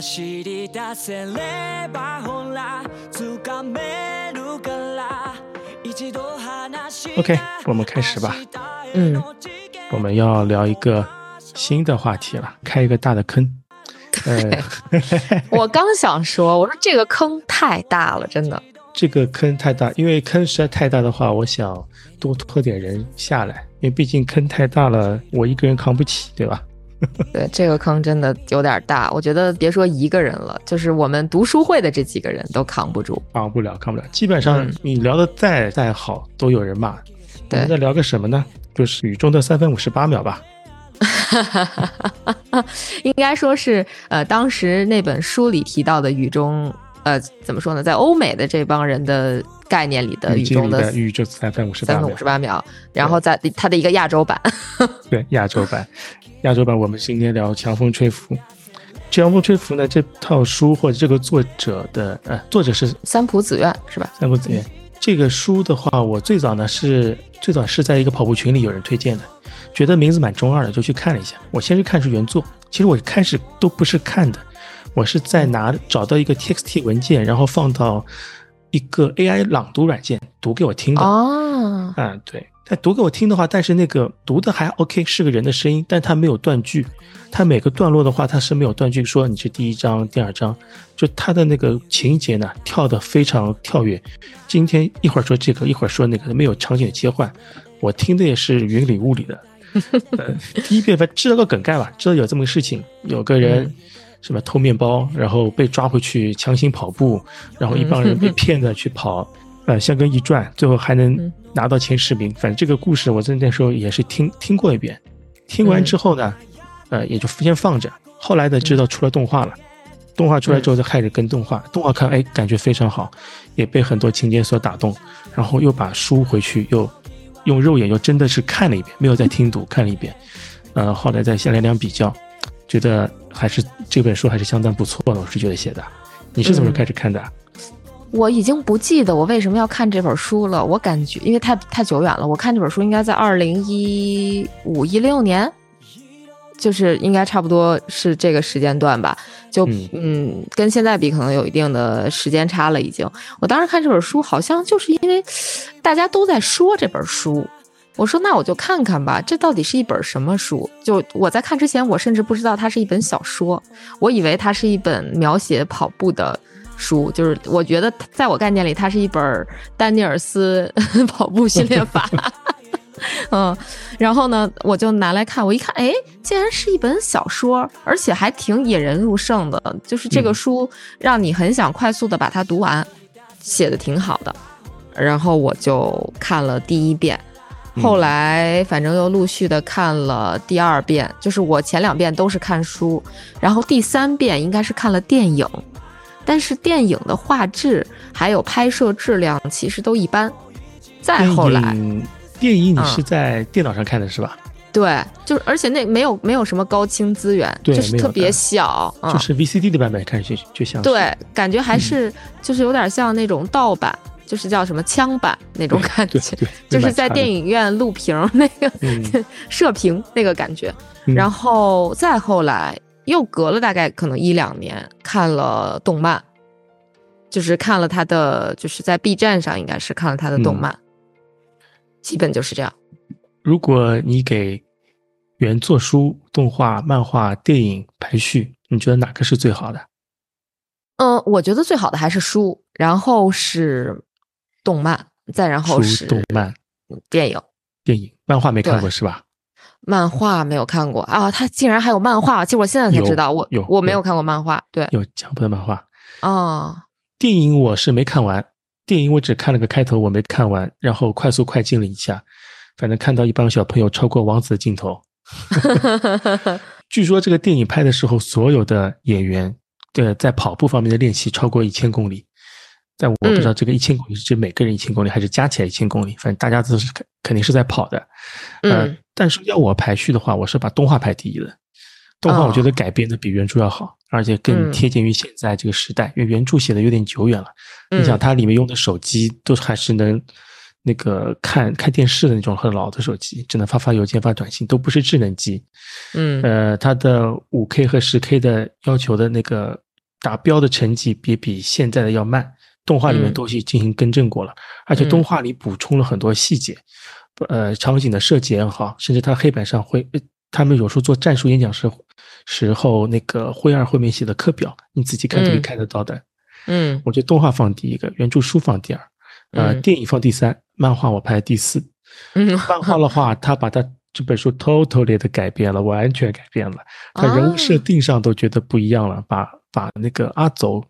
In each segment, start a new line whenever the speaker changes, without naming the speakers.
走り出せればほら掴めるから一度話した
OK，我们开始吧。
嗯，
我们要聊一个新的话题了，开一个大的 坑。呃，
我刚想说，我说这个坑太大了，真的。
这个坑太大，因为坑实在太大的话，我想多拖点人下来，因为毕竟坑太大了，我一个人扛不起，对吧？
对，这个坑真的有点大，我觉得别说一个人了，就是我们读书会的这几个人都扛不住。
扛不了，扛不了。基本上
嗯
你聊的再再好，都有人骂。我
对
们在聊个什么呢？就是雨中的三分五十八秒吧。
应该说是呃，当时那本书里提到的雨中，呃，怎么说呢，在欧美的这帮人的概念里的
雨
雨
季里
中的
的雨就三分五十
三
八
分
秒
五十。八秒，然后在它的一个亚洲版，
对，亚洲版，亚洲版，我们今天聊《强风吹拂》。《强风吹拂》呢，这套书或者这个作者的，呃，作者是
三浦紫苑是吧？
三浦子彦。这个书的话，我最早呢是最早是在一个跑步群里有人推荐的，觉得名字蛮中二的，就去看了一下。我先是看是原作，其实我开始都不是看的，我是在拿找到一个 TXT 文件，然后放到一个 AI 朗读软件读给我听的。
哦，
嗯，对，他读给我听的话，但是那个读的还 OK，是个人的声音，但他没有断句，他每个段落的话，他是没有断句，说你是第一章、第二章，就他的那个情节呢，跳的非常跳跃，今天一会儿说这个，一会儿说那个，没有场景的切换，我听的也是云里雾里的。呃，第一遍反正知道个梗概吧，知道有这么个事情，有个人
嗯
什么偷面包，然后被抓回去强行跑步，然后一帮人被骗的去跑，呃，香根一转，最后还能
嗯
拿到前十名。反正这个故事我在那时候也是听听过一遍，听
嗯
完之后呢，呃，也就先放着。后来的知道出了动画了，动画出来之
嗯
后就开始跟动画，动画看哎感觉非常好，也被很多情节所打动，然后又把书回去又用肉眼又真的是看了一遍，没有再听读看了一遍，呃，后来再下来两比较，觉得还是这本书还是相当不错的，我是觉得写的。你是怎么时候
嗯
开始看的啊？
我已经不记得我为什么要看这本书了，我感觉因为太太久远了，我看这本书应该在二零一五一六年，就是应该差不多是这个时间段吧，就
嗯
嗯跟现在比可能有一定的时间差了已经。我当时看这本书好像就是因为大家都在说这本书。我说那我就看看吧，这到底是一本什么书？就我在看之前，我甚至不知道它是一本小说，我以为它是一本描写跑步的书，就是我觉得在我概念里，它是一本儿丹尼尔斯 跑步训练法。嗯，然后呢，我就拿来看，我一看，哎，竟然是一本小说，而且还挺引人入胜的，就是这个
嗯
书让你很想快速的把它读完，写的挺好的。然后我就看了第一遍，
嗯
后来反正又陆续的看了第二遍，就是我前两遍都是看书，然后第三遍应该是看了电影，但是电影的画质还有拍摄质量其实都一般。再后来，嗯
电影，电影你是在电脑上看的是吧？
对，就是而且那没有没有什么高清资源，
对
就是
没有
特别
的
小，嗯
就，是嗯 VCD 的版本看上去就像是
对，感觉还是就是有点像那种盗版，就是叫什么枪版那种感觉
对， 对，
就是在电
影，
影院录屏儿那个
嗯
射频那个感觉。
嗯
然后再后来又隔了大概可能一两年，看了动漫，就是看了他的，就是在 B 站上应该是看了他的动
嗯
漫，基本就是这样。
如果你给原作书、动画、漫画、电影排序，你觉得哪个是最好的？
嗯，我觉得最好的还是书，然后是动漫，再然
书、
后是
动漫、
电影。
电影、漫画没看
对
过是吧？
漫画没有看过啊，他竟然还有漫画，其实我现在才
有
知道，我
有
我没
有
有看过漫画。对，
有江本的漫画，
啊、
电影我是没看完，电影我只看了个开头，我没看完，然后快速快进了一下，反正看到一帮小朋友超过王子的镜头。据说这个电影拍的时候，所有的演员对在跑步方面的练习超过一千公里，但我不知
嗯
道这个一千公里是指每个人一千公里，还是加起来一千公里，反正大家都是肯肯定是在跑的。呃
嗯，
但是要我排序的话，我是把动画排第一的。动画我觉得改编的比原著要好，而且更
哦嗯
贴近于现在这个时代，因为原著写的有点久远了。
嗯
你想，它里面用的手机都还是能那个看看电视的那种很老的手机，只能发发邮件、发短信，都不是智能机。
嗯
呃，它的五 K 和十 K 的要求的那个达标的成绩比比现在的要慢，动画里面
嗯
都去进行更正过了，而且动
嗯
画里补充了很多细节，呃，场景的设计也好，甚至它黑板上会，呃他们有时候做战术演讲时时候那个灰二后面写的课表，你仔细看都可以
嗯
看得到的。
嗯
我觉得动画放第一个，原著书放第二，呃，
嗯
电影放第三，漫画我排第四。
嗯，
漫画的 话，他把他这本书 totally 的改变了，完全改变了，他人物设
啊
定上都觉得不一样了，把把那个阿走，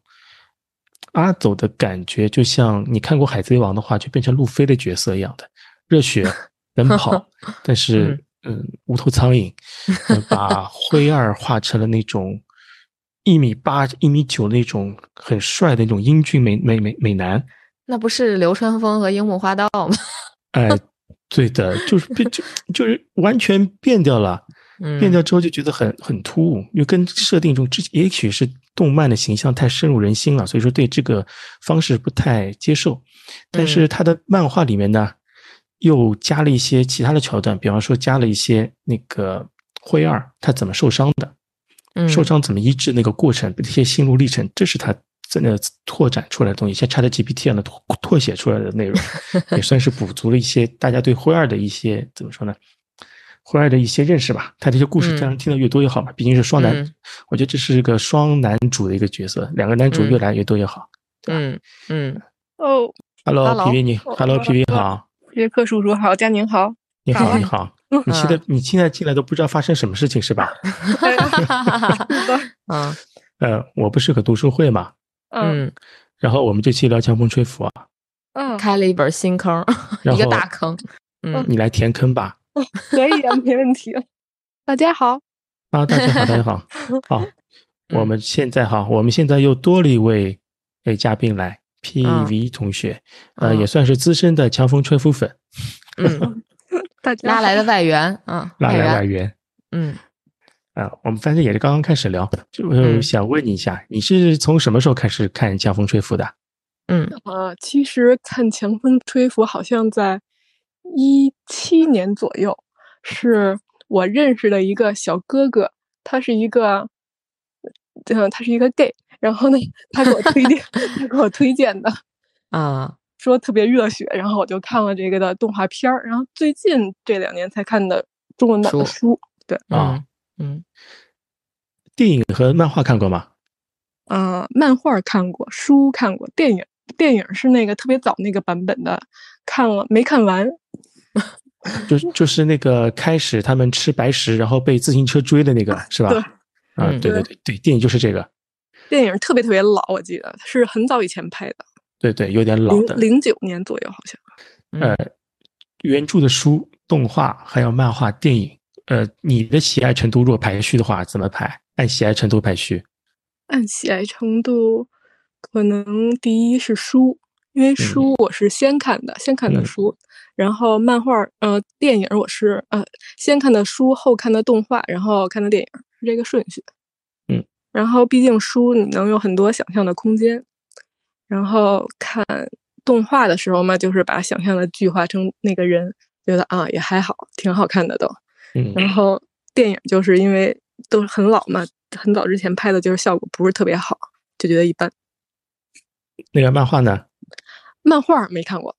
阿走的感觉就像你看过《海贼王》的话，就变成路飞的角色一样的，热血能跑，但是嗯无头苍蝇，呃把灰二画成了那种。一米八、一米九那种很帅的那种英俊美美美美男，
那不是流川枫和樱木花道吗？
哎，对的，就是变就就是完全变掉了，
嗯，
变掉之后就觉得很很突兀，因为跟设定中之也许是动漫的形象太深入人心了，所以说对这个方式不太接受。但是他的漫画里面呢，又加了一些其他的桥段，比方说加了一些那个灰二他怎么受伤的，
嗯
受伤怎么医治那个过程，这些心路历程，这是他真的拓展出来的东西，像 Chat GPT 样的拓拓写出来的内容， 也算是补足了一些大家对灰二的一些怎么说呢？灰二的一些认识吧，他这些故事
嗯
当然听得越多越好嘛，毕竟是双男，
嗯
我觉得这是个双男主的一个角色，两个男主
嗯
越来越多越好。
嗯嗯，
哦，
Hello，
Hello，
皮皮你，Hello，皮皮好，
约克叔叔好，佳宁好，
你
好
好
啊
你好，你现在你现在进来都不知道发生什么事情是吧？
哎
嗯
呃，我不是个读书会嘛，
嗯
嗯，
然后我们这期聊强风吹拂啊，
嗯，
开了一本新坑，
然
一个
后
大坑。嗯
你来填坑吧。
可以啊，没问题。大家好，
啊，大家好，大家 好，好，
嗯
我们现在哈，我们现在又多了一位诶嘉宾来，PV 同学，呃，
嗯
也算是资深的强风吹拂粉，
嗯，
大家
拉来
的，
的外援啊，
拉来外
援。
援
嗯，
啊、我们反正也是刚刚开始聊，就、呃
嗯
想问你一下，你是从什么时候开始看强风吹拂的？
嗯
呃，其实看《强风吹拂》好像在一七年左右，是我认识的一个小哥哥，他是一个，嗯，他是一个 gay，然后呢，他给我推荐，他给我推荐的，
啊，
说特别热血，然后我就看了这个的动画片儿，然后最近这两年才看的中文版的
书
书，对，
啊
嗯，
你和漫画看过吗？
呃，漫画儿看过，书看过，电影电影是那个特别早那个版本的，看了没看完，
就就是那个开始他们吃白食，然后被自行车追的那个是吧？
对
啊，
嗯
对对对对，电影就是这个，
电影特别特别老，我记得是很早以前拍的，
对对，有点老
零
的。
零九年左右好像。
嗯
呃，原著的书、动画还有漫画、电影，呃，你的喜爱程度若排序的话，怎么排？按喜爱程度排序。
按喜爱程度，可能第一是书，因为书我是先看的，先看的
嗯
书，然后漫画儿，呃，电影我是呃先看的书，后看的动画，然后看的电影，是这个顺序。
嗯，
然后毕竟书你能有很多想象的空间，然后看动画的时候嘛，就是把想象的具化成那个人，觉得啊也还好，挺好看的都。
嗯
然后电影就是因为都是很老嘛，很早之前拍的，就是效果不是特别好，就觉得一般。
那个漫画呢？
漫画儿没看过，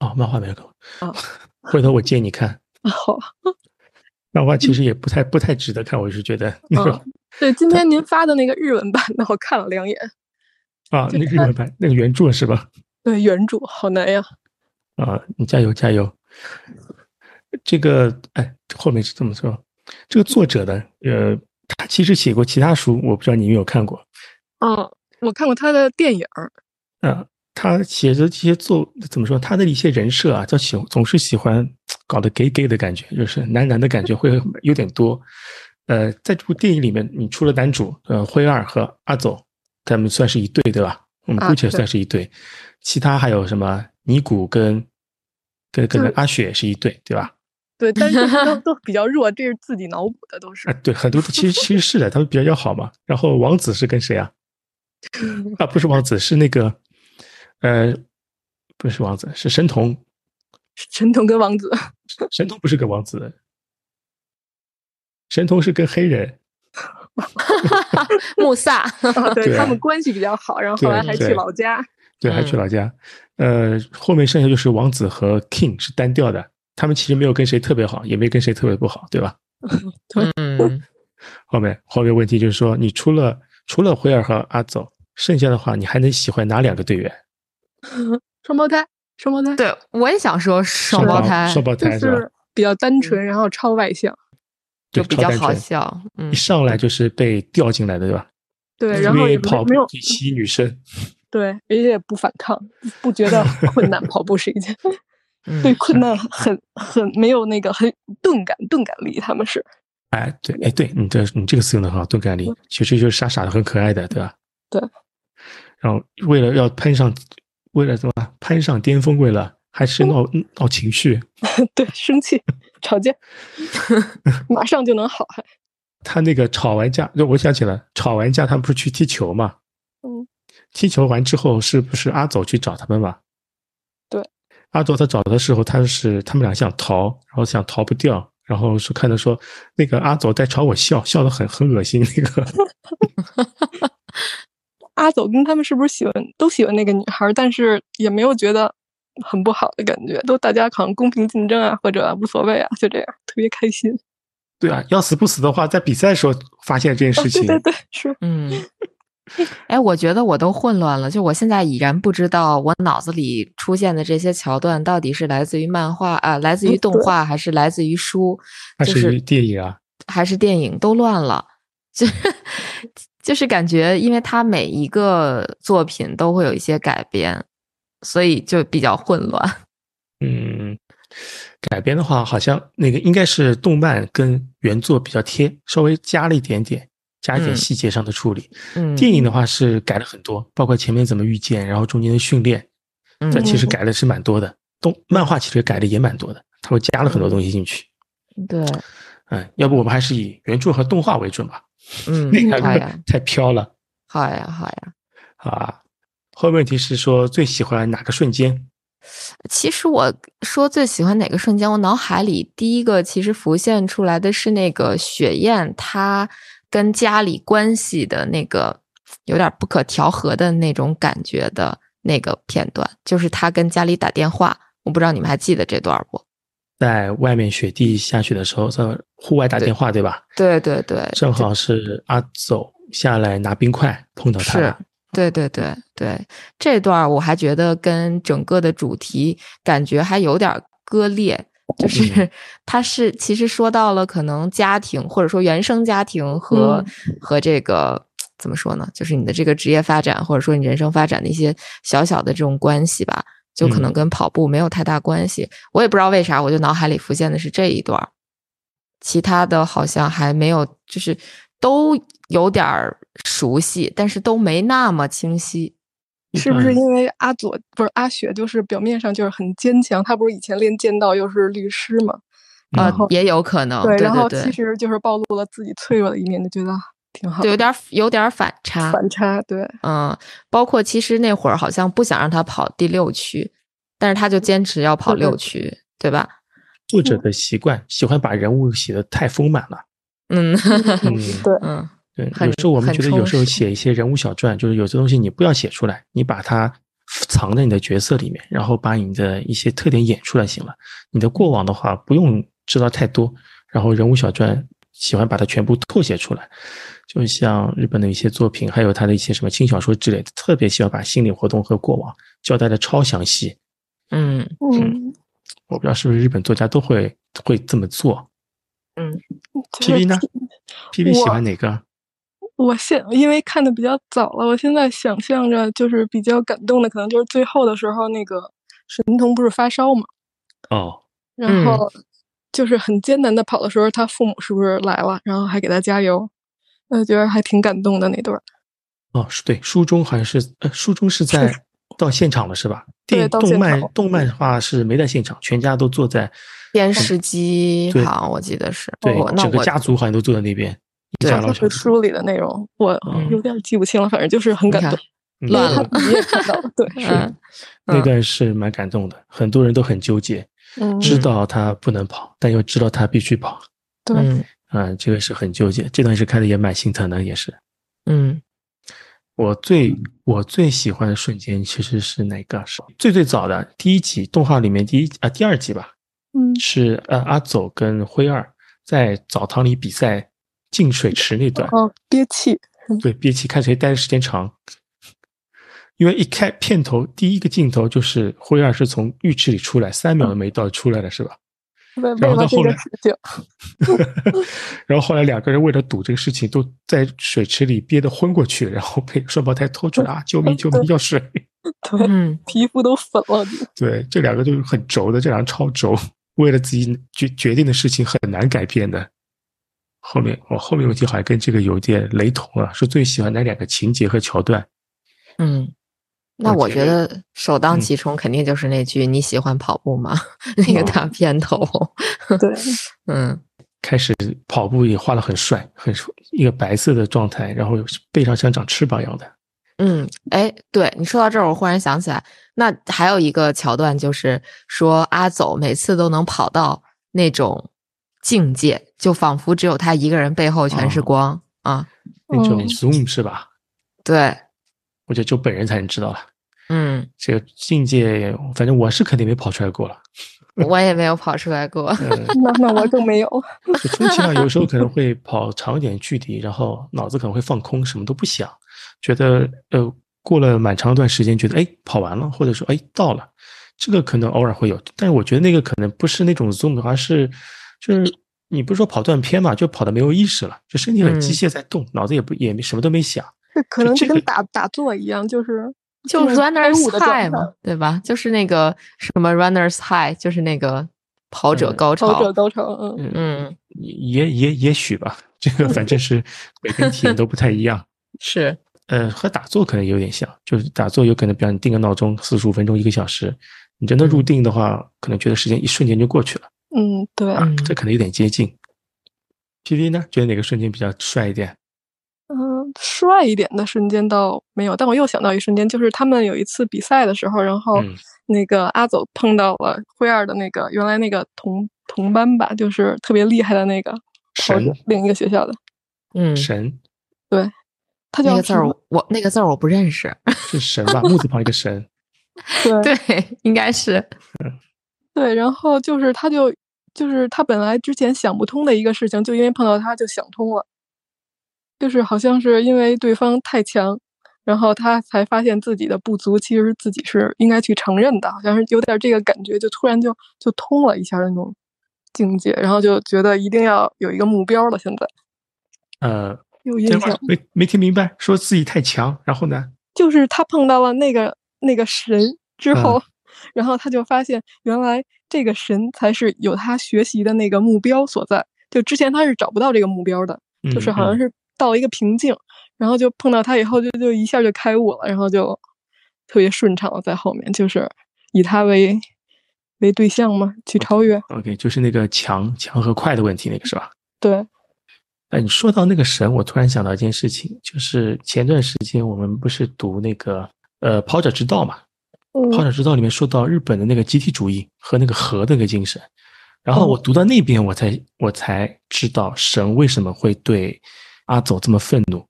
哦，漫画没有看过。
哦
回头我借你看。
好、
漫画其实也不太不太值得看，我是觉得。
嗯 对，今天您发的那个日文版的，我看了两眼。
啊，那个日本版那个原著是吧？
对，原著好难呀。
啊，你加油加油！这个哎，后面是这么说，这个作者呢，呃，他其实写过其他书，我不知道你有没有看过。
嗯，我看过他的电影儿，
啊，他写的这些作怎么说？他的一些人设啊，叫喜总是喜欢搞得 gay gay 的感觉，就是男男的感觉 会有点多。呃，在这部电影里面，你除了男主呃灰二和阿走，他们算是一对对吧？我们
啊
姑且
对
算是一对，其他还有什么尼古跟跟跟
对
阿雪是一对对吧？
对，但是 都都比较弱，这是自己脑补的，都是
啊，对，很多其实其实是的，他们比较要好嘛。然后王 子是跟谁啊？啊，不是王子，是那个，呃，不是王子，是神童。
神童跟 王子，
神童不是个王子，神童是跟黑人。
穆萨，
哦对
对
他们关系比较好，然后后来
对
还去
对
老家。
对，还
嗯
去老家。呃，后面剩下就是王子和 King 是单调的，他们其实没有跟谁特别好，也没跟谁特别不好，对 吧？
嗯，
后面后面问题就是说，你除了除了辉尔和阿走，剩下的话你还能喜欢哪两个队员？
双胞胎，双胞胎，
对，我也想说双胞胎
双胞
就
胎是吧
是？嗯比较单纯，然后超外向。
对，
就比较
超单
好
纯
笑，嗯
一，上来就是被调进来的，对吧？
对，
嗯
然后
愿
也
意
没
跑
没有
步，吸女生，
对，而且也不反抗，不觉得困难。跑步是一件
嗯
对困难很很没有那个很钝感钝感力，他们是
哎，对，哎，对
嗯
你这你这个词用的很好，钝感力，其实就是傻傻的，很可爱的，对吧？
对。
然后为了要攀上，为了什么攀上巅峰，为了还
嗯
是闹闹情绪，
对生气吵架，马上就能好，还
他那个吵完架，就我想起来，吵完架他们不是去踢球嘛？
嗯，
踢球完之后，是不是阿走去找他们嘛？
对，
阿走他找的时候，他是他们俩想逃，然后想逃不掉，然后说看着说那个阿走在朝我笑，笑得很很恶心。那个
阿走跟他们是不是喜欢都喜欢那个女孩儿，但是也没有觉得很不好的感觉，都大家好像公平竞争啊，或者无所谓啊，就这样特别开心。
对啊，要死不死的话，在比赛的时候发现这件事
哦，对
情，
对对，是
嗯，哎，我觉得我都混乱了，就我现在已然不知道我脑子里出现的这些桥段到底是来自于漫画啊、来自于
嗯
动
对
画，还是来自于书，
它
就是
是电影啊，
还是电影，都乱了。 就就是感觉，因为它每一个作品都会有一些改编，所以就比较混乱。
嗯，改编的话，好像那个应该是动漫跟原作比较贴，稍微加了一点点，加一点
嗯
细节上的处理。
嗯，
电影的话是改了很多，包括前面怎么遇见，然后中间的训练，
嗯
这其实改的是蛮多的。动漫画其实改的也蛮多的，它会加了很多东西进去。
嗯对，
哎，要不我们还是以原著和动画为准吧，
嗯
那，
好
个
呀，
太飘了
好呀，好呀。
啊。后面问题是说最喜欢哪个瞬间？
其实我说最喜欢哪个瞬间，我脑海里第一个其实浮现出来的是那个雪雁，她跟家里关系的那个有点不可调和的那种感觉的那个片段，就是她跟家里打电话。我不知道你们还记得这段不？
在外面雪地下雪的时候，在户外打电话对吧？
对对对，
正好是阿走下来拿冰块碰到他
是
了，，
对对对对，这段儿我还觉得跟整个的主题感觉还有点儿割裂，就是
嗯
它是其实说到了可能家庭或者说原生家庭和、和这个怎么说呢，就是你的这个职业发展或者说你人生发展的一些小小的这种关系吧，就
嗯
可能跟跑步没有太大关系。我也不知道为啥，我就脑海里浮现的是这一段儿，其他的好像还没有，就是都有点儿熟悉，但是都没那么清晰。
是不是因为阿佐不是阿雪，就是表面上就是很坚强，她不是以前练剑道又是律师嘛？
呃
嗯，
也有可能，对
然后
对啊
其实就是暴露了自己脆弱的一面，就觉得挺好
对，，有点儿有点儿反差，
反差对。
嗯，包括其实那会儿好像不想让他跑第六区，但是他就坚持要跑
嗯对对
六区，对吧？
作者的习惯，喜欢把人物写的太丰满了。
嗯
嗯，
对，
嗯，
对，
很
有时候我们
很
觉得有时候
充实
写一些人物小传，就是有些东西你不要写出来，你把它藏在你的角色里面，然后把你的一些特点演出来行了。你的过往的话不用知道太多，然后人物小传喜欢把它全部拓写出来，就像日本的一些作品，还有他的一些什么轻小说之类的，特别喜欢把心理活动和过往交代的超详细。
嗯
嗯，
我不知道是不是日本作家都会会这么做。
就
P
是
V 呢？P V 喜
我
欢哪个？
我现因为看的比较早了，我现在想象着就是比较感动的，可能就是最后的时候，那个神童不是发烧嘛，
哦，
嗯
然后就是很艰难的跑的时候，他父母是不是来了，然后还给他加油，我觉得还挺感动的那段儿。
哦，是对，书中好像是，呃，书中是在到现场了是吧？
对
电
到
动
现
漫
场
动漫的话是没在现场，全家都坐在
电视机
对
好像我记得是，
对、
我哦那
整个
我
家族好像都坐在那边，一
对
家
好
老
像
小
是
的。
书里的内容，我
嗯
有点记不清了，反正就是很
你
感
看
动。
嗯
乱
是
了
的
你也看到 了，对，是的，
嗯，
那
嗯
段是蛮感动的，很多人都很纠结，
嗯，
知道他不能跑，但又知道他必须跑，
对，
嗯
啊、这个是很纠结。这段是看的也蛮心疼的，也是。
嗯
我最我最喜欢的瞬间其实是哪个？是最最早的第一集动画里面第一啊、第二集吧，
嗯，
是呃阿走跟辉二在澡堂里比赛进水池那段，
哦，憋气，
对，憋气看谁待的时间长。因为一开片头第一个镜头就是辉二是从浴池里出来，三秒都没到出来了，是吧？
为为
然后
了
到
这
后
个
来
事情，
然后后来两个人为了赌这个事情，都在水池里憋得昏过去，然后被双胞胎拖出来啊！救命！救命！要水！
对，
嗯
皮肤都粉了，你
对，这两个就是很轴的，这两个超轴，为了自己决决定的事情很难改变的。后面我、后面问题好像跟这个有点雷同啊，是最喜欢哪两个情节和桥段？
嗯。那
我
我
觉
觉得首当
嗯
其冲肯定就是那句“你喜欢跑步吗？” 那个
嗯
大片头，
对，
嗯
跑步也画的很帅，很一个白色的状态，然后背上像长翅膀一样的。
嗯，哎，对你说到这儿，我忽然想起来，那还有一个桥段就是说阿走每次都能跑到那种境界，就仿佛只有他一个人背后全是
哦
光、啊，
那种
嗯
Zoom 是吧？
对，
我觉得就本人才能知道了。
嗯，
这个境界，反正我是肯定没跑出来过了。
我也没有跑出来过，
呃，
那那我 更没有，
就充其量有时候可能会跑长一点距离，然后脑子可能会放空，什么都不想，觉得呃过了蛮长一段时间，觉得哎跑完了，或者说哎到了，这个可能偶尔会有，但是我觉得那个可能不是那种 zoom 的话是，就是你不是说跑断片嘛，就跑的没有意识了，就身体很机
嗯
械在动，脑子也不也没什么都没想，
这可
就
能
这
就跟
个
打打坐一样，就是
就是
在
runners
的状
high
态，
嘛，对吧？就是那个什么 runners high，就是那个跑者
嗯
高
跑者
潮，
高潮，嗯，
嗯，
也也也许吧，这个反正是每个人体验都不太一样。
是，
呃，和打坐可能有点像，就是打坐有可能，比方你定个闹钟，四十五分钟、一个小时，你真的入定的话，可能觉得时间一瞬间就过去了
嗯，对，
啊
嗯，
这可能有点接近。P D 呢，觉得哪个瞬间比较帅一点？
嗯，帅一点的瞬间倒没有，但我又想到一瞬间，就是他们有一次比赛的时候，然后
嗯
那个阿走碰到了辉二的那个原来那个同同班吧，就是特别厉害的那个，跑
神
另一个学校的，
嗯，
神
他
那
叫
个字
什
儿
么
我那个字儿我不认识，
是神吧？木字旁一个神，
对
对，应该是，
对，然后就是他就就是他本来之前想不通的一个事情，就因为碰到他就想通了，就是好像是因为对方太强，然后他才发现自己的不足，其实自己是应该去承认的，好像是有点这个感觉，就突然就就通了一下那种境界，然后就觉得一定要有一个目标了。现在
呃，
有
这
印
会儿
象，
没没听明白，说自己太强，然后呢？
就是他碰到了那个那个神之
嗯
后，然后他就发现原来这个神才是有他学习的那个目标所在。就之前他是找不到这个目标的，
嗯、
就是好像
嗯
是到了一个瓶颈，然后就碰到他以后就就一下就开悟了，然后就特别顺畅了。在后面就是以他为为对象嘛，去超越。
OK，就是那个强强和快的问题，那个是吧？
对，
哎，你说到那个神，我突然想到一件事情，就是前段时间我们不是读那个呃《跑者之道》嘛，《跑
嗯
者之道》里面说到日本的那个集体主义和那个和的那个精神，然后我
哦
读到那边，我才我才知道神为什么会对阿走这么愤怒，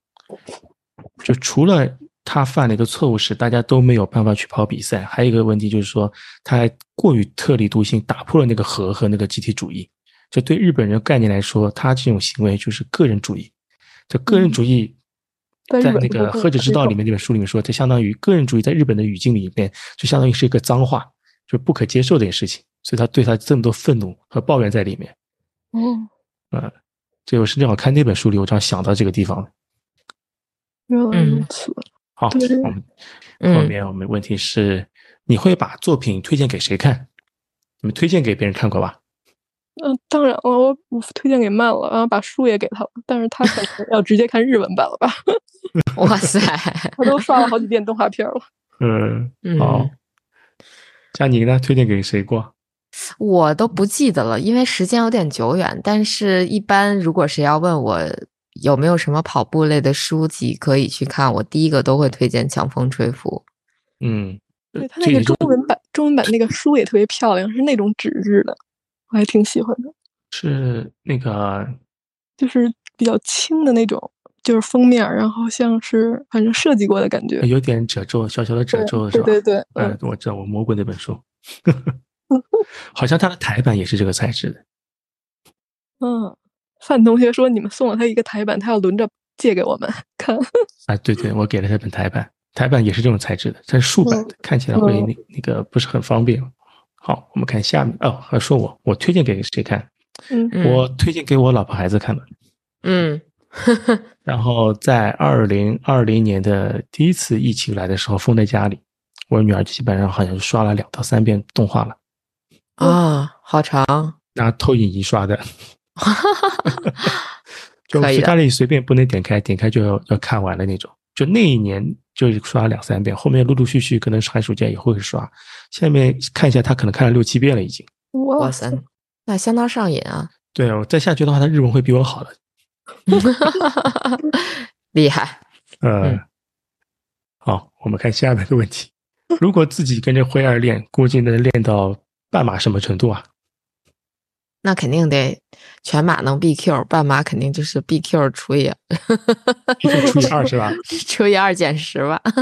就除了他犯了一个错误是大家都没有办法去跑比赛，还有一个问题就是说他还过于特立独行，打破了那个和和那个集体主义。就对日本人概念来说，他这种行为就是个人主义。就个人主义
在日
在
本
那
不
个《
会
喝酒之
被
道》
动
里面那本书里面说，这相当于个人主义在日本的语境里面，就相当于是一个脏话，就不可接受的一个事情，所以他对他这么多愤怒和抱怨在里面。
哦，
这我是正好看那本书里，我正好想到这个地方了。
原来如
嗯
此。
好，
对
我们
嗯
后面我们问题是，你会把作品推荐给谁看？你们推荐给别人看过吧？
嗯，当然了，我我推荐给曼了，然后把书也给他了，但是他可能要直接看日文版了吧？
哇塞，
他都刷了好几遍动画片了。
嗯，
嗯。
好。佳宁呢？推荐给谁过？
我都不记得了，因为时间有点久远。但是，一般如果谁要问我有没有什么跑步类的书籍可以去看？我第一个都会推荐《强风吹拂
嗯，
对他
这
那
也
个
就
中文版中文版那个书也特别漂亮，是那种纸质的，我还挺喜欢的，
是那个
就是比较轻的那种，就是封面儿，然后像是反正设计过的感觉。
有点褶皱，小小的褶皱哎是
对
吧？
对对，
嗯
嗯，，
我知道，我摸过那本书， 好像它的台版也是这个材质的。
嗯，范同学说你们送了他一个台版，他要轮着借给我们看。
啊，对对，我给了他本台版，台版也是这种材质的，它是竖版的，看起来会
嗯
那那个不是很方便。好，我们看下面哦，还说我我推荐给谁看？
嗯》。
嗯
我推荐给我老婆孩子看的。
嗯
然后在二零二零年的第一次疫情来的时候，封在家里，我女儿基本上好像刷了两到三遍动画了，
啊，好长，
拿投影仪刷 的， 就
可以
意
的
大利随便不能点开，点开就要要看完的那种。就那一年就刷两三遍，后面陆陆续续可能寒暑假也会刷。下面看一下，他可能看了六七遍了已经。
哇
哇塞，那相当上瘾啊，
对我再下去的话，他日文会比我好的。
厉害。
嗯
嗯，
好，我们看下面的问题。 如果自己跟着灰二练，估计能练到半马什么程度啊？
那肯定得全马能 BQ，半马肯定就是 BQ 除以
一分除以二是吧？
除以二减十吧。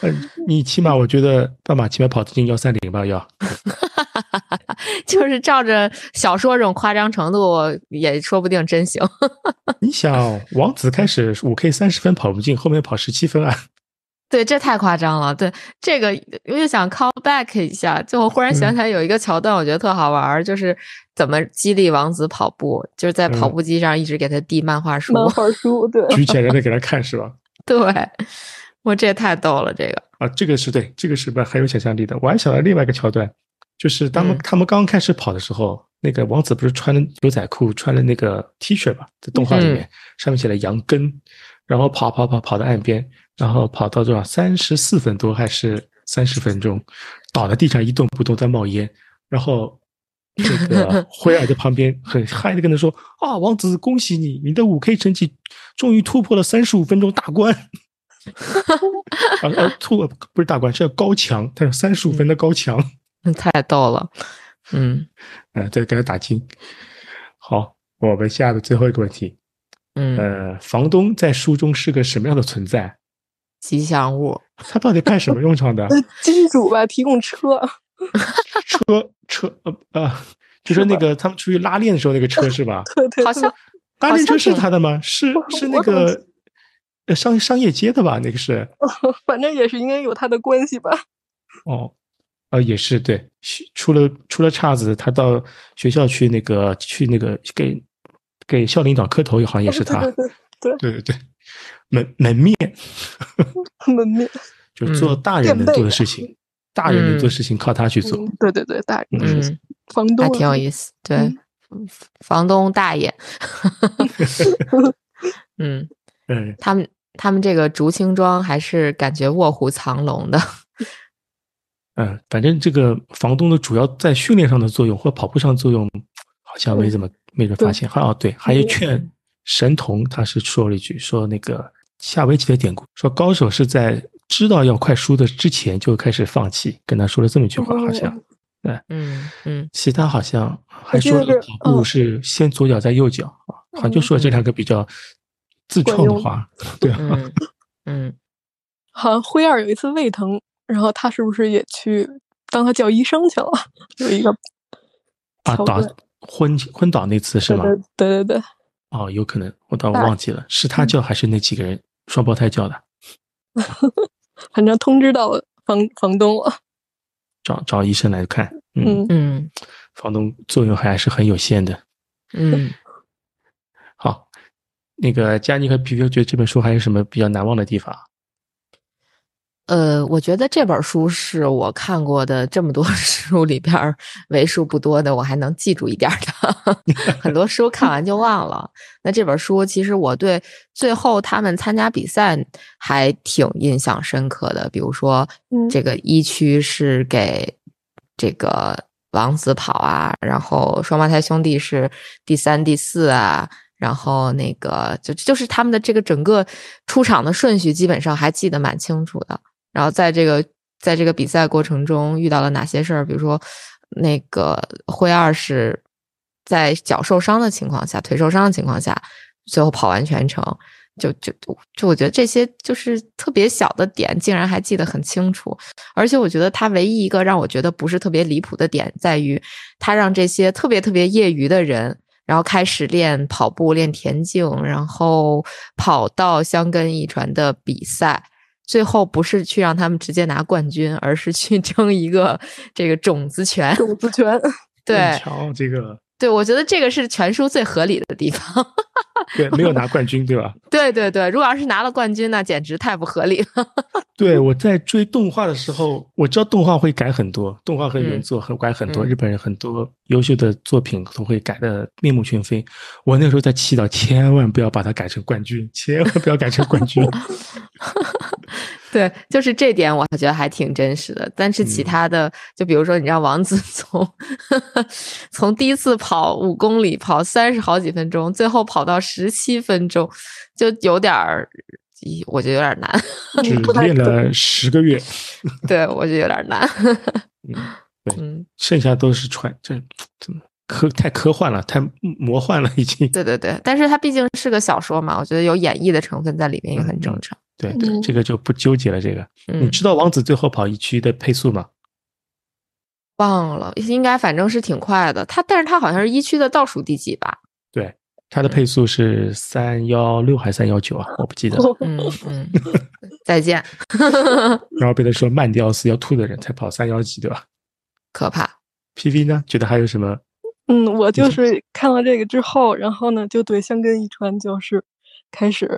嗯，你起码我觉得半马起码跑得进幺三零吧，要。
就是照着小说这种夸张程度，也说不定真行。
你想，王子开始五 K 三十分跑不进，后面跑十七分啊？
对，这太夸张了。对，这个我就想 call back 一下，就我忽然想起来有一个桥段，我觉得特好玩儿，就是怎么激励王子跑步，就是在跑
嗯
步机上一直给他递漫画书。
漫画书对，
举起来让他给他看是吧？
对，我这也太逗了，这个。
啊，这个是对，这个是蛮很有想象力的。我还想到另外一个桥段，就是他们、
嗯
他们刚开始跑的时候，那个王子不是穿了牛仔裤，穿了那个 T 恤吧，在动画里面、上面写了羊羹，然后跑跑跑跑到岸边，然后跑到多少三十四分多还是三十分钟，倒在地上一动不动在冒烟，然后。这个灰尔在旁边很嗨的跟他说：“啊，王子，恭喜你，你的五 K 成绩终于突破了三十五分钟大关。”啊，啊突不是大关，是高墙，他有三十五分的高墙，
太逗了，嗯
呃，对，给他打金。好，我们下的最后一个问题，
嗯，
呃，房东在书中是个什么样的存在？
吉祥物，
他到底派什么用场 的？
呃，金主吧提供车，
车车呃呃，就是那个他们出去拉练的时候那个车是吧？
对 对，
好
对
像
拉练车是
好像是
他的吗？是是那
我怎么
个呃商商业街的吧？那个是
反正也是应该有他的关系吧。
哦，呃，也是对，学出了出了岔子，他到学校去那个去那个给给校领导磕头，好 像也是他
对，对
对对对，门门面
对，门面，
就做大人能做的事情，大人能做的事情靠他去做，
嗯对对对，大人
嗯
是
嗯，
房东
还
啊，
挺有意思。对，
嗯
嗯房东大爷， 嗯，
嗯，
他们他们这个竹青庄还是感觉卧虎藏龙的。
嗯，反正这个房东的主要在训练上的作用或跑步上的作用，好像没怎么没人发现。还哦，对，还有
嗯
劝神童，他是说了一句，说那个下围棋的典故，说高手是在知道要快输的之前就开始放弃，跟他说了这么一句话，好
哦
像。
嗯嗯，
其他好像还说
我记得是嗯
跑步是先左脚再右脚啊，好像就说这两个比较自创的话，对啊，
嗯嗯，
好像灰二有一次胃疼，然后他是不是也去帮他叫医生去了？ 有一个
啊
桥
倒
段
昏昏倒那次是
对
吗？
对对对对，
哦，有可能，我倒
大嗯
忘记了，是他叫还是那几个人双胞胎叫的？
反正通知到了房房东了。
找找医生来看，嗯，
嗯，
嗯
房东作用还是很有限的。
嗯，
好，那个佳妮和皮皮觉得这本书还有什么比较难忘的地方？啊
呃，我觉得这本书是我看过的这么多 书里边儿为数不多的，我还能记住一点儿的。 很多书看完就忘了。那这本书其实我对最后他们参加比赛还挺印象深刻的，比如说
嗯
这个一区是给这个王子跑啊，然后双胞胎兄弟是第三、第四啊，然后那个就就是他们的这个整个出场的顺序，基本上还记得蛮清楚的。然后在这个在这个比赛过程中遇到了哪些事儿，比如说那个灰二是在脚受伤的情况下、腿受伤的情况下，最后跑完全程。就就就我觉得这些就是特别小的点，竟然还记得很清楚。而且我觉得他唯一一个让我觉得不是特别离谱的点，在于他让这些特别特别业余的人，然后开始练跑步、练田径，然后跑到香根一传的比赛。最后不是去让他们直接拿冠军，而是去 争一个这个种子权。
种子权，
对
瞧这个，
对，我觉得这个是全书最合理的地方。
对，没有拿冠军，对吧？
对对对，如果要是拿了冠军，那简直太不合理了。
对，我在追动画的时候，我知道动画会改很多，动画和原
嗯
作很改很多，
嗯
日本人很多优秀的作品都会改的面目全非。我那时候在祈祷，千万不要把它改成冠军，千万不要改成冠 军。
对，就是这点，我觉得还挺真实的。但是其
嗯
他的，就比如说，你让王子 从从第一次跑五公里跑三十好几分钟，最后跑到十七分钟，就有点儿，咦我觉得有点儿难。
只
不太
练了十个月，
对，我觉得有点儿难。
嗯对
嗯，
剩下都是传，这真的科太科幻了，太魔幻了，已经。
对对对，但是它毕竟是个小说嘛，我觉得有演绎的成分在里面也很正常。
对对，这个就不纠结了。这个你
嗯，
知道王子最后跑一区的配速吗？
忘了，应该反正是挺快的。它，但是它好像是一区的倒数第几吧？
他的配速是三幺六还是三幺九啊？我不记得了。
嗯嗯， 再见，
然后被他说慢的要死要吐的人才跑三幺几，对吧
可怕。
？PV 呢？觉得还有什么？
嗯，我就是看了这个之后，然后呢，就对香根一川就是开始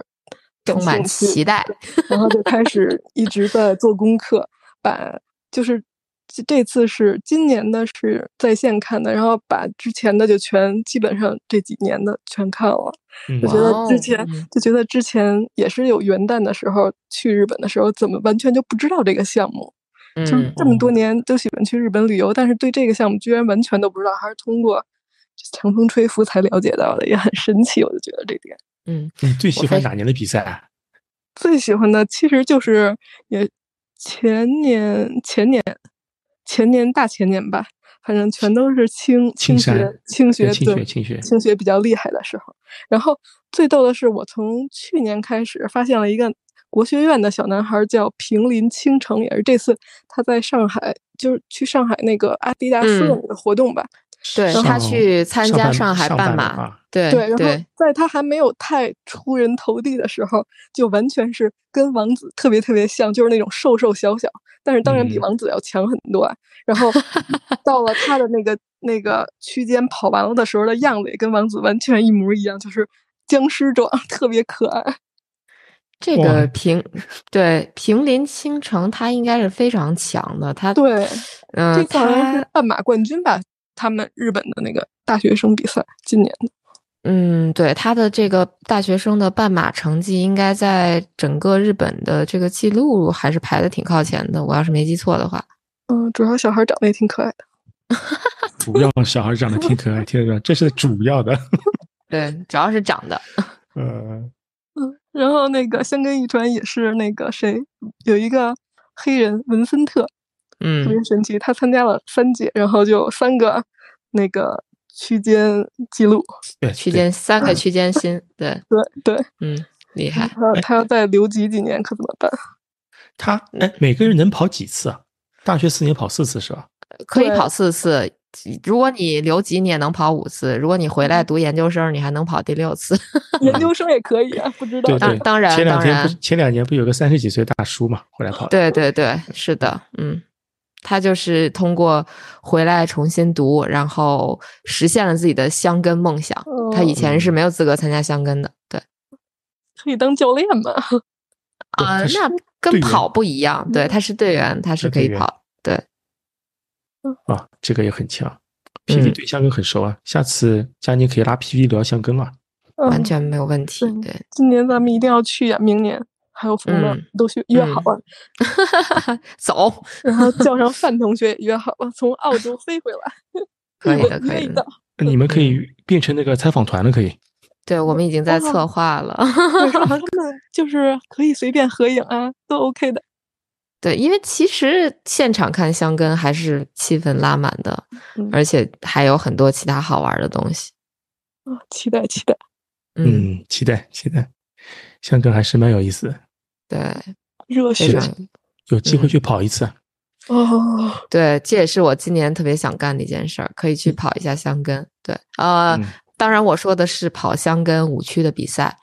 感
充满
兴趣
期待。
然后就开始一直在做功课，把就是这这次是今年的是在线看的，然后把之前的就全基本上这几年的全看了。
嗯
我觉
哇
得
哦
之前、
嗯
就觉得之前也是有元旦的时候去日本的时候，怎么完全就不知道这个项目？就是
嗯，
这么多年都喜欢去日本旅游，但是对这个项目居然完全都不知道，还是通过强风吹拂才了解到的，也很神奇。我就觉得这点。
嗯
你最喜
我
欢
还
哪年的比赛啊？
最喜欢的其实就是也前年前年前年大前年吧，反正全都是清
青
清
山
学清学
对清
对
雪，清雪，
清学比较厉害的时候。然后最逗的是，我从去年开始发现了一个国学院的小男孩儿，叫平林清城，也是这次他在上海，就是去上海那个阿迪达斯的
嗯
那个活动吧。
对
上
他去参加
上
上海
半
半
马
马，
啊，
对
对，然后
对，
在他还没有太出人头地的时候，就完全是跟王子特别特别像，就是那种瘦瘦小小，但是当然比
嗯
王子要强很多啊。然后到了他的那个那个区间跑完了的时候的样子，也跟王子完全一模一样，就是僵尸状，特别可爱。
这
哇
个平对平林倾城，他应该是非常强的。他
对，这
嗯，
次好像
他
是半马冠军吧，他们日本的那个大学生比赛，今年的
嗯，对他的这个大学生的半马成绩，应该在整个日本的这个记录还是排的挺靠前的。我要是没记错的话，
嗯，主要小孩长得也挺可爱的。
主要小孩长得挺可爱，挺可爱，这是主要的。
对，主要是长得，
呃，
嗯，然后那个香根一传也是那个谁，有一个黑人文森特，特
嗯
别神奇，他参加了三届，然后就三个那个区间记录，
对，
区
对
间三个区间新，对，
对对，
嗯，厉害。
他他要再留级几年可怎么 办？
他
嗯
哎，每个人能跑几次啊？大学四年跑四次是吧？
可以
对
跑四次。如果你留级，你也能跑五次；如果你回来
嗯
读研究生，你还能跑第六次。
研究生也可以啊，不知道
对
当
对，
当然
前两
当
天不
然
是前两年不有个三十几岁大叔嘛，后来跑的。
对对对，是的，嗯，他就是通过回来重新读，然后实现了自己的香根梦想。
嗯
哦
他以前是没有资格参加香根的，对
可以当教练嘛？
对
啊、
他是
那
队
跟
员嗯
跑不一样，对，他是队员，他是
是
可
队
以
员
跑。
啊，这个也很强。
嗯
PV 对香根很熟啊，下次佳妮可以拉 PV 聊香根了。
完
嗯
全没有问题，
对
对，
今年咱们一定要去呀、明年还有冯乐、
嗯
都去约好了，
走，
然后叫上范同学也约好了，从澳洲飞回来，
可以
我
的，可
约
以
一
的
道。
嗯
你们可以变成那个采访团了，可以。
对，我们已经在策划了。
我说他们就是可以随便合影啊，都 OK 的。
对，因为其实现场看香根还是气氛拉满的，
嗯
而且还有很多其他好玩的东西。
啊，期待期待。
嗯，
嗯，期待期待，香港还是蛮有意思的，
对，
热
非
血
常
有机会
嗯
去跑一次啊。
哦，
对，这也是我今年特别想干的一件事儿，可以去跑一下香根。对，呃，
嗯
当然我说的是跑香根五区的比赛。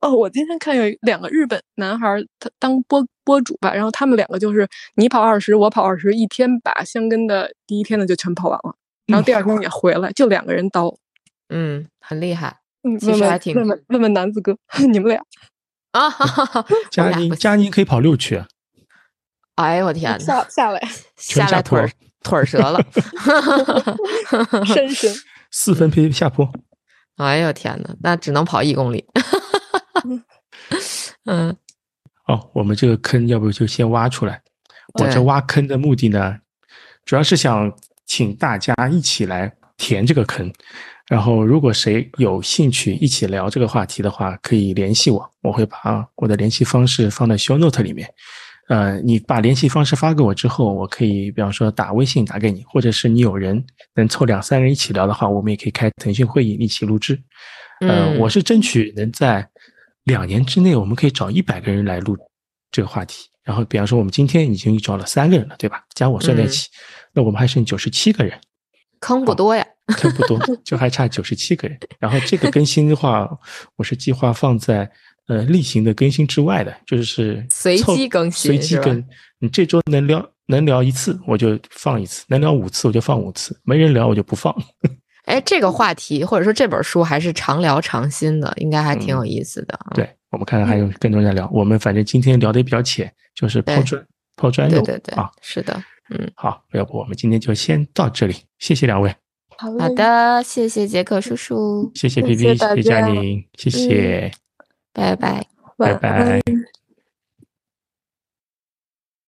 哦，我今天看有两个日本男孩儿，他当播播主吧，然后他们两个就是你跑二十，我跑二十，一天把香根的第一天的就全跑完了，然后第二天也回来，就两个人刀。
嗯，很厉害
嗯，
其
问
实还
问
挺
问问问问男子哥， 你们俩
啊！哈 哈哈我
佳
俩
妮
不，
佳妮可以跑六区啊，
哎呦我天呐，
下下来
全
下来
下
腿
坡
儿腿儿折了。
深深，
四
嗯
分 P 下坡。
哎呦天呐，那只能跑一公里。 嗯，
哦，我们这个坑要不就先挖出来。我
对
这挖坑的目的呢，主要是想请大家一起来填这个坑。然后，如果谁有兴趣一起聊这个话题的话，可以联系我，我会把我的联系方式放在 show note 里面。呃，你把联系方式发给我之后，我可以，比方说打微信打给你，或者是你有人能凑两三人一起聊的话，我们也可以开腾讯会议一起录制。呃，
嗯
我是争取能在两年之内，我们可以找一百个人来录这个话题。然后，比方说我们今天已经找了三个人了，对吧？加我算
嗯
在一起，那我们还剩九十七个人，
坑不多呀。
差不 多就还差九十七个人。然后这个更新的话，我是计划放在呃例行的更新之外的，就是
随
凑
机更新
随机
是吧
更。你这周能聊能聊一次，我就放一次；能聊五次，我就放五次；没人聊，我就不放。
哎，这
嗯
个话题或者说这本书还是常聊常新的，应该还挺
嗯
有意思的。
对，我们看看还有更多人在聊。我们反正今天聊的也比较浅，就是抛
对
砖抛砖
对
用
对对
啊。，
是的。
好，要不我们今天就先到这里，谢谢两位，
好
好
嘞，
的，谢谢杰克叔叔，
嗯谢谢
谢
P P，
大
谢谢佳
家
宁，谢谢，
拜拜。
晚
拜拜。